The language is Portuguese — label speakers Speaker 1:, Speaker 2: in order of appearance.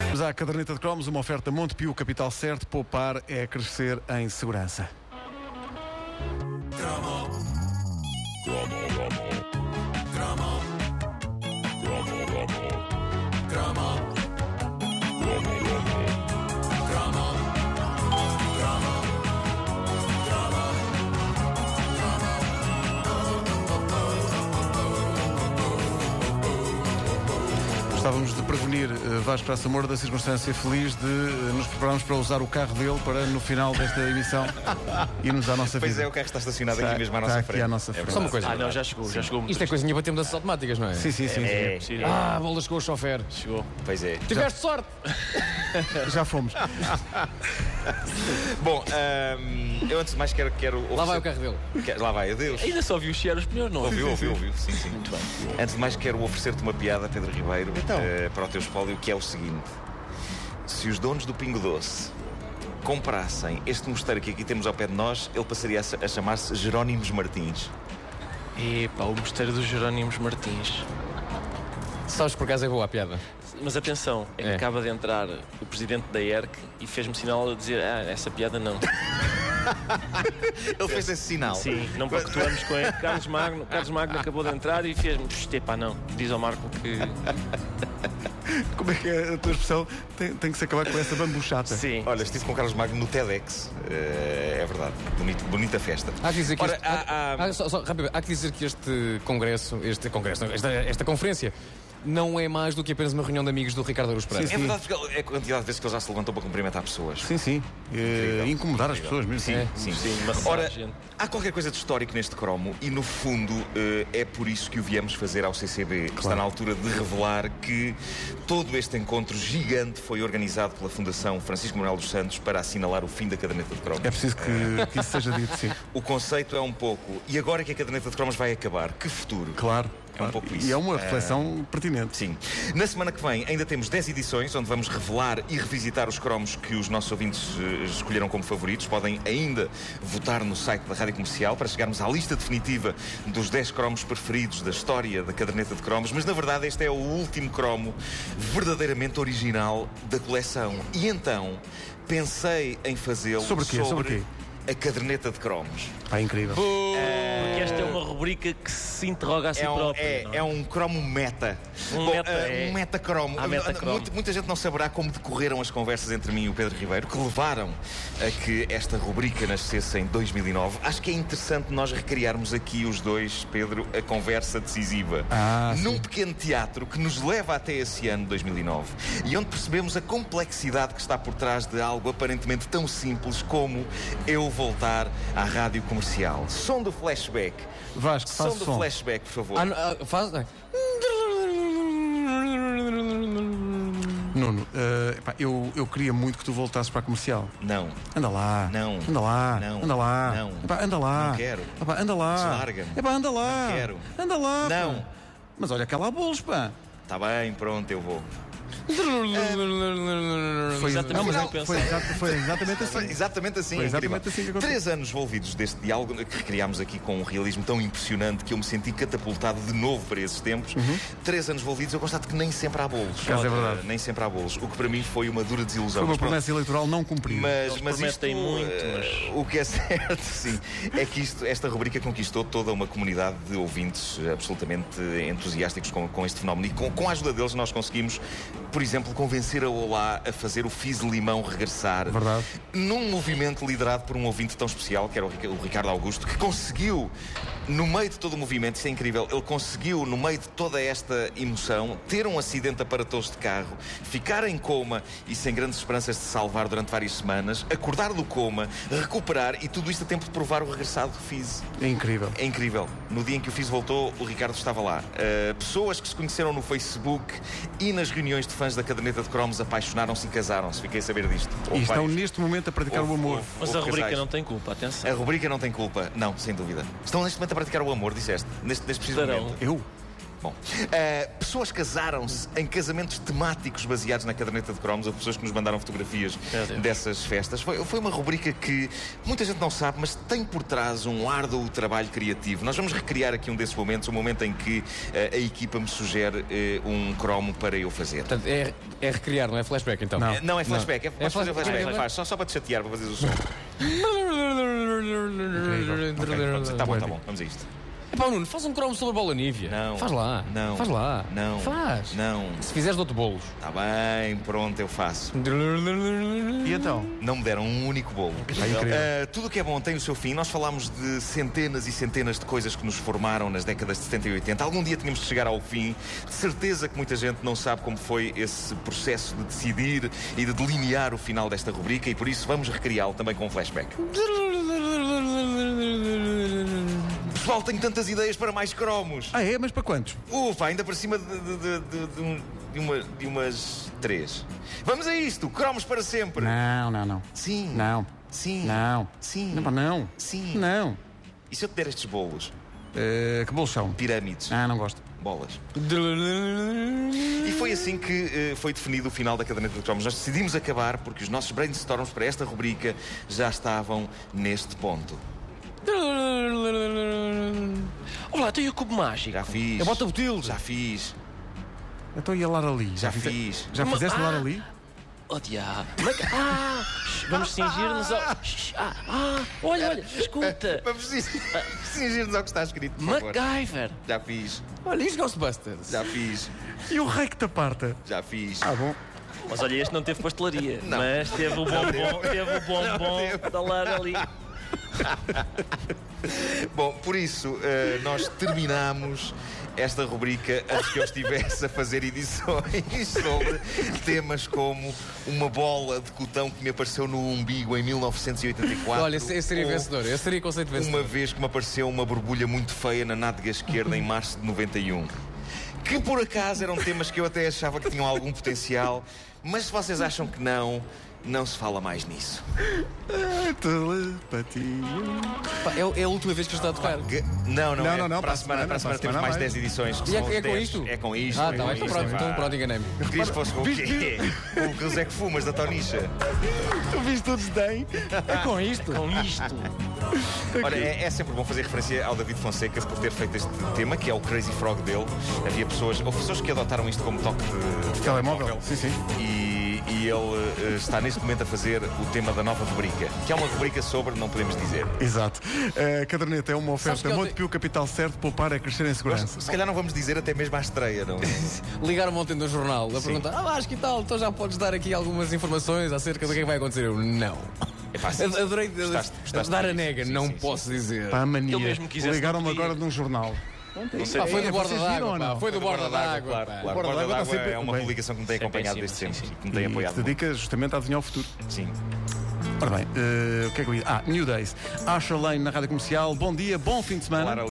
Speaker 1: Vamos à caderneta de cromos, uma oferta Montepio, capital certo, poupar é crescer em segurança. Estávamos de prevenir eh, Vasco Graça Moura da circunstância feliz de eh, nos prepararmos para usar o carro dele para, no final desta emissão, irmos à nossa
Speaker 2: Pois
Speaker 1: vida.
Speaker 2: é, o carro está estacionado
Speaker 1: Está-
Speaker 2: aqui mesmo à
Speaker 1: está
Speaker 2: nossa
Speaker 1: aqui
Speaker 2: frente.
Speaker 1: à nossa
Speaker 2: É
Speaker 1: frente.
Speaker 3: Só uma
Speaker 2: verdade.
Speaker 3: coisa.
Speaker 4: Ah, não, já chegou, já chegou.
Speaker 3: Isto é coisinha para ter mudanças automáticas, não é?
Speaker 1: Sim, sim, sim. sim.
Speaker 2: É,
Speaker 4: Sim,
Speaker 3: Ah, bolas com o chofer.
Speaker 4: chegou.
Speaker 2: pois é.
Speaker 3: Tiveste sorte!
Speaker 1: Já fomos.
Speaker 2: Bom, ahm, eu antes de mais quero. quero
Speaker 3: Lá vai o carro dele.
Speaker 2: Quer- Lá vai, adeus.
Speaker 4: Ainda só viu chiar os pneus, não?
Speaker 2: Ouviu, ouviu, ouviu. Sim, sim. Muito bem. Antes de mais, quero oferecer-te uma piada, Pedro Ribeiro,
Speaker 3: Então.
Speaker 2: eh, para o teu espólio, que é o seguinte: se os donos do Pingo Doce comprassem este mosteiro que aqui temos ao pé de nós, ele passaria a se- a chamar-se Jerónimos Martins.
Speaker 4: Epá, o mosteiro dos Jerónimos Martins.
Speaker 3: Sabes por acaso é boa a piada.
Speaker 4: Mas atenção, é que
Speaker 3: É.
Speaker 4: acaba de entrar o presidente da ERC e fez-me sinal a dizer: Ah, essa piada não.
Speaker 2: Ele fez esse sinal.
Speaker 4: Sim, não pactuamos com ele. Carlos Magno, Carlos Magno acabou de entrar e fez-me: "Pst, Epá, não. Diz ao Marco que.
Speaker 1: Como é que é a tua expressão? Tem, tem que se acabar com essa bambuchata.
Speaker 4: Sim.
Speaker 2: Olha, estive com o Carlos Magno no TEDx. Eh, é verdade. Bonito- bonita festa.
Speaker 3: Há que dizer que
Speaker 2: Ora,
Speaker 3: este,
Speaker 2: há- há-
Speaker 3: há- só- só rápido, há que dizer que este congresso, este congresso, não, esta, esta conferência, não é mais do que apenas uma reunião de amigos do Ricardo Aruz Pereira.
Speaker 1: Sim,
Speaker 2: É verdade, porque é a quantidade de vezes que ele já se levantou para cumprimentar pessoas.
Speaker 1: Sim, sim. Eh, incomodar as pessoas mesmo.
Speaker 3: É.
Speaker 2: Sim,
Speaker 4: Sim,
Speaker 2: Ora,
Speaker 4: massagem.
Speaker 2: há qualquer coisa de histórico neste cromo e, no fundo, eh, é por isso que o viemos fazer ao CCB. Está na altura de revelar que todo este encontro gigante foi organizado pela Fundação Francisco Manuel dos Santos para assinalar o fim da caderneta de cromos.
Speaker 1: É preciso que, que isso seja dito, sim.
Speaker 2: O conceito é um pouco. E agora que a caderneta de cromos vai acabar? Que futuro?
Speaker 1: Claro.
Speaker 2: É um
Speaker 1: claro.
Speaker 2: pouco
Speaker 1: E
Speaker 2: isso.
Speaker 1: é uma reflexão pertinente.
Speaker 2: Sim. Na semana que vem ainda temos 10 edições onde vamos revelar e revisitar os cromos que os nossos ouvintes eh, escolheram como favoritos. Podem ainda votar no site da Rádio Comercial para chegarmos à lista definitiva dos 10 cromos preferidos da história da caderneta de cromos. Mas na verdade este é o último cromo verdadeiramente original da coleção. E então pensei em fazê-lo
Speaker 1: Sobre quê? Sobre quê?
Speaker 2: a caderneta de cromos.
Speaker 1: Pá, incrível.
Speaker 4: Porque esta é uma rubrica que se interroga a si
Speaker 2: É um,
Speaker 4: própria.
Speaker 2: é,
Speaker 4: assim não
Speaker 2: é um cromo meta.
Speaker 4: Um meta,
Speaker 2: eh,
Speaker 4: é.
Speaker 2: um metacromo.
Speaker 4: Há metacromo.
Speaker 2: Muita, muita gente não saberá como decorreram as conversas entre mim e o Pedro Ribeiro, que levaram a que esta rubrica nascesse em 2009. Acho que é interessante nós recriarmos aqui os dois, Pedro, a conversa decisiva.
Speaker 1: Ah,
Speaker 2: Num pequeno teatro que nos leva até esse ano de 2009 e onde percebemos a complexidade que está por trás de algo aparentemente tão simples como eu voltar à rádio comercial. Som do flashback.
Speaker 1: Vasco,
Speaker 2: Som
Speaker 1: faz
Speaker 2: do
Speaker 1: som.
Speaker 2: flashback, por favor.
Speaker 3: Ah, não, ah, faz. ah.
Speaker 1: Nuno, eh, pá, eu, eu queria muito que tu voltasses para a comercial.
Speaker 2: Não.
Speaker 1: Anda lá.
Speaker 2: Não.
Speaker 1: Anda lá.
Speaker 2: Não.
Speaker 1: Anda lá.
Speaker 2: Não.
Speaker 1: Epá, anda lá.
Speaker 2: Não quero.
Speaker 1: Epá, anda lá.
Speaker 2: Deslarga-me.
Speaker 1: Epá, anda lá.
Speaker 2: Não quero.
Speaker 1: Anda lá. pá.
Speaker 2: Não.
Speaker 1: Mas olha, cala a bolos, pá.
Speaker 2: Tá bem, pronto, eu vou.
Speaker 1: Foi
Speaker 4: exatamente
Speaker 1: não, mas
Speaker 4: o que
Speaker 1: é-
Speaker 4: eu pensei.
Speaker 1: foi, exa- foi exatamente
Speaker 2: Foi
Speaker 1: assim.
Speaker 2: exatamente assim,
Speaker 1: Foi exatamente
Speaker 2: incrível.
Speaker 1: assim que aconteceu.
Speaker 2: Três anos envolvidos deste diálogo que recriámos aqui com um realismo tão impressionante que eu me senti catapultado de novo para esses tempos. Três anos envolvidos, eu constato que nem sempre há bolos. eh,
Speaker 1: acaso é verdade.
Speaker 2: Nem sempre há bolos. O que para mim foi uma dura desilusão.
Speaker 1: Foi uma
Speaker 2: Mas pronto.
Speaker 1: promessa eleitoral não cumprida.
Speaker 2: Mas,
Speaker 4: Eles
Speaker 2: mas isto,
Speaker 4: prometem muito,
Speaker 2: eh,
Speaker 4: mas-
Speaker 2: O que é certo, sim, é que isto, esta rubrica conquistou toda uma comunidade de ouvintes absolutamente entusiásticos com, com este fenómeno. E com, com a ajuda deles, nós conseguimos, por exemplo, convencer a Olá a fazer o Fiz Limão regressar.
Speaker 1: Verdade.
Speaker 2: Num movimento liderado por um ouvinte tão especial, que era o Rica- o Ricardo Augusto, que conseguiu. No meio de todo o movimento, isto é incrível, ele conseguiu, no meio de toda esta emoção, ter um acidente aparatoso de carro, ficar em coma e sem grandes esperanças de se salvar durante várias semanas, acordar do coma, recuperar e tudo isto a tempo de provar o regressado do Fiz.
Speaker 1: É incrível.
Speaker 2: É incrível. No dia em que o Fiz voltou, o Ricardo estava lá. Uh, pessoas que se conheceram no Facebook e nas reuniões de fãs da caderneta de cromos apaixonaram-se e casaram-se. Fiquei a saber disto.
Speaker 1: E
Speaker 2: Houve
Speaker 1: estão
Speaker 2: vários.
Speaker 1: neste momento a praticar
Speaker 2: Houve-
Speaker 1: o amor.
Speaker 2: houve-
Speaker 4: Mas
Speaker 2: houve
Speaker 4: a rubrica
Speaker 2: casais.
Speaker 4: não tem culpa, atenção.
Speaker 2: A rubrica não tem culpa, não, sem dúvida. Estão neste momento a praticar o amor, disseste. Neste, neste preciso
Speaker 4: Estarão.
Speaker 2: momento.
Speaker 1: Eu?
Speaker 2: Bom, eh, pessoas casaram-se em casamentos temáticos baseados na caderneta de cromos. Houve pessoas que nos mandaram fotografias
Speaker 4: Meu Deus.
Speaker 2: dessas festas. Foi, foi uma rubrica que muita gente não sabe, mas tem por trás um árduo trabalho criativo. Nós vamos recriar aqui um desses momentos, um momento em que eh, a equipa me sugere eh, um cromo para eu fazer.
Speaker 3: Portanto, é, é recriar, não é flashback então?
Speaker 1: Não.
Speaker 2: Eh, Não, é flashback. É,
Speaker 3: Não.
Speaker 2: podes
Speaker 3: É
Speaker 2: fazer
Speaker 3: flash-
Speaker 2: flashback.
Speaker 3: Ah, é
Speaker 2: faz. Só, só para te chatear, para fazeres o som. Ok, pronto,
Speaker 3: Tá
Speaker 2: tá bom, tá bom. Vamos a isto.
Speaker 3: Pá, Nuno, faz um cromo sobre a bola nívea.
Speaker 2: Não.
Speaker 3: Faz lá.
Speaker 2: Não.
Speaker 3: Faz lá.
Speaker 2: Não.
Speaker 3: Faz.
Speaker 2: Não.
Speaker 3: Se fizeres, dou-te bolos.
Speaker 2: Tá bem, pronto, eu faço.
Speaker 1: E então?
Speaker 2: Não me deram um único bolo. Ah, tudo o que é bom tem o seu fim. Nós falámos de centenas e centenas de coisas que nos formaram nas décadas de 70 e 80. Algum dia tínhamos de chegar ao fim. De certeza que muita gente não sabe como foi esse processo de decidir e de delinear o final desta rubrica e por isso vamos recriá-lo também com um flashback. Pessoal, tenho tantas ideias para mais cromos.
Speaker 1: Ah, é? Mas para quantos?
Speaker 2: Ufa, ainda para cima de, de- de- de- de um- de uma- de umas três. Vamos a isto, cromos para sempre.
Speaker 1: Não, não, não.
Speaker 2: Sim.
Speaker 1: Não.
Speaker 2: Sim.
Speaker 1: Não.
Speaker 2: Sim.
Speaker 1: Não, pá, não.
Speaker 2: Sim.
Speaker 1: Não.
Speaker 2: E se eu te der estes bolos?
Speaker 1: Eh, que bolos são?
Speaker 2: Pirâmides,
Speaker 1: Ah, não gosto.
Speaker 2: bolas. E foi assim que eh, foi definido o final da caderneta de cromos. Nós decidimos acabar porque os nossos brainstorms para esta rubrica já estavam neste ponto.
Speaker 4: Olá, tem o cubo mágico.
Speaker 2: Já fiz.
Speaker 3: Eu boto botilos.
Speaker 2: Já fiz.
Speaker 1: Então ia lá ali.
Speaker 2: Já
Speaker 1: fize-
Speaker 2: fiz.
Speaker 1: Já Ah! fizeste lá ali?
Speaker 4: Oh, diabo. Mas- Ah, shh, vamos cingir-nos ao... shh, Ah, ah, olha, olha, escuta.
Speaker 2: Vamos fingir-nos ao que está escrito, por favor.
Speaker 4: MacGyver.
Speaker 2: Já fiz.
Speaker 3: Olha, e os Ghostbusters?
Speaker 2: Já fiz.
Speaker 1: E o rei que te aparta?
Speaker 2: Já fiz.
Speaker 1: Ah, bom.
Speaker 4: Mas olha, este não teve pastelaria.
Speaker 2: Não.
Speaker 4: Mas teve o bombom, teve o bombom da Lara ali.
Speaker 2: Bom, por isso, eh, nós terminamos esta rubrica antes que eu estivesse a fazer edições sobre temas como uma bola de cotão que me apareceu no umbigo em 1984.
Speaker 3: Olha, esse, esse seria
Speaker 2: ou
Speaker 3: vencedor. Esse seria conceito vencedor.
Speaker 2: Uma vez que me apareceu uma borbulha muito feia na nádega esquerda em março de 91. Que por acaso eram temas que eu até achava que tinham algum potencial, mas se vocês acham que não, não se fala mais nisso.
Speaker 1: É Telepatia.
Speaker 3: Pá, é, é a última vez que eu estou a tocar.
Speaker 2: Que- Não, não,
Speaker 1: Não,
Speaker 2: é
Speaker 1: não, não,
Speaker 2: para a semana, para a semana, temos mais
Speaker 1: mais.
Speaker 2: 10 edições. que
Speaker 3: E é-
Speaker 2: são os
Speaker 3: é com
Speaker 2: 10.
Speaker 3: isto?
Speaker 2: É com isto.
Speaker 3: Ah,
Speaker 2: é
Speaker 3: tá
Speaker 2: com
Speaker 3: bem, então
Speaker 2: isto,
Speaker 3: pronto,
Speaker 2: vá.
Speaker 3: então pronto, enganei-me.
Speaker 2: Eu queria que fosse com o quê? O que é que fumas da Tonicha?
Speaker 1: Tu viste todos bem? É com isto.
Speaker 4: Com isto.
Speaker 2: Ora, é, é sempre bom fazer referência ao David Fonseca por ter feito este tema, que é o Crazy Frog dele. Havia pessoas, houve pessoas que adotaram isto como toque de, de
Speaker 1: Telemóvel? Sim, sim.
Speaker 2: E, e ele eh, está neste momento a fazer o tema da nova rubrica, que é uma rubrica sobre, não podemos dizer.
Speaker 1: Exato. A caderneta é uma
Speaker 3: Sabes que
Speaker 1: oferta.
Speaker 3: eu
Speaker 1: Montepio, capital certo, poupar é crescer em
Speaker 2: Nós,
Speaker 1: segurança.
Speaker 2: se calhar não vamos dizer até mesmo à estreia, não? é?
Speaker 3: Ligaram ontem do jornal a
Speaker 2: Sim.
Speaker 3: perguntar: Ah, Vasco e tal, então já podes dar aqui algumas informações acerca do que é que vai acontecer? Eu, não.
Speaker 2: É fácil.
Speaker 3: Ad- Adorei de-
Speaker 2: Gostaste- gostaste
Speaker 3: dar a
Speaker 2: disso.
Speaker 3: nega,
Speaker 2: Sim,
Speaker 3: não
Speaker 2: sim, sim.
Speaker 3: posso dizer.
Speaker 1: Pá, a mania.
Speaker 4: Ele mesmo quisesse,
Speaker 1: Ligaram-me
Speaker 4: não podia.
Speaker 1: agora de um jornal.
Speaker 4: Não sei.
Speaker 3: Pá, foi do
Speaker 1: É,
Speaker 3: borda
Speaker 1: vocês viram ou
Speaker 3: d'água.
Speaker 1: não?
Speaker 3: pá, Foi do borda d'água.
Speaker 2: claro.
Speaker 3: pá.
Speaker 2: claro.
Speaker 1: Borda
Speaker 2: Borda
Speaker 1: d'Água está
Speaker 2: d'água
Speaker 1: sempre
Speaker 2: é uma
Speaker 1: bem.
Speaker 2: publicação que me tem
Speaker 4: Sempre em
Speaker 2: acompanhado
Speaker 4: cima,
Speaker 2: desde
Speaker 4: sim,
Speaker 2: sempre,
Speaker 4: sim.
Speaker 2: que me tem
Speaker 1: E
Speaker 2: apoiado.
Speaker 1: se dedica justamente a adivinhar o futuro.
Speaker 2: muito. Sim.
Speaker 1: Ora bem, eh, o que é que eu ia? Ah, New Days. Asher Lane na rádio comercial. Bom dia, bom fim de semana.
Speaker 2: Claro,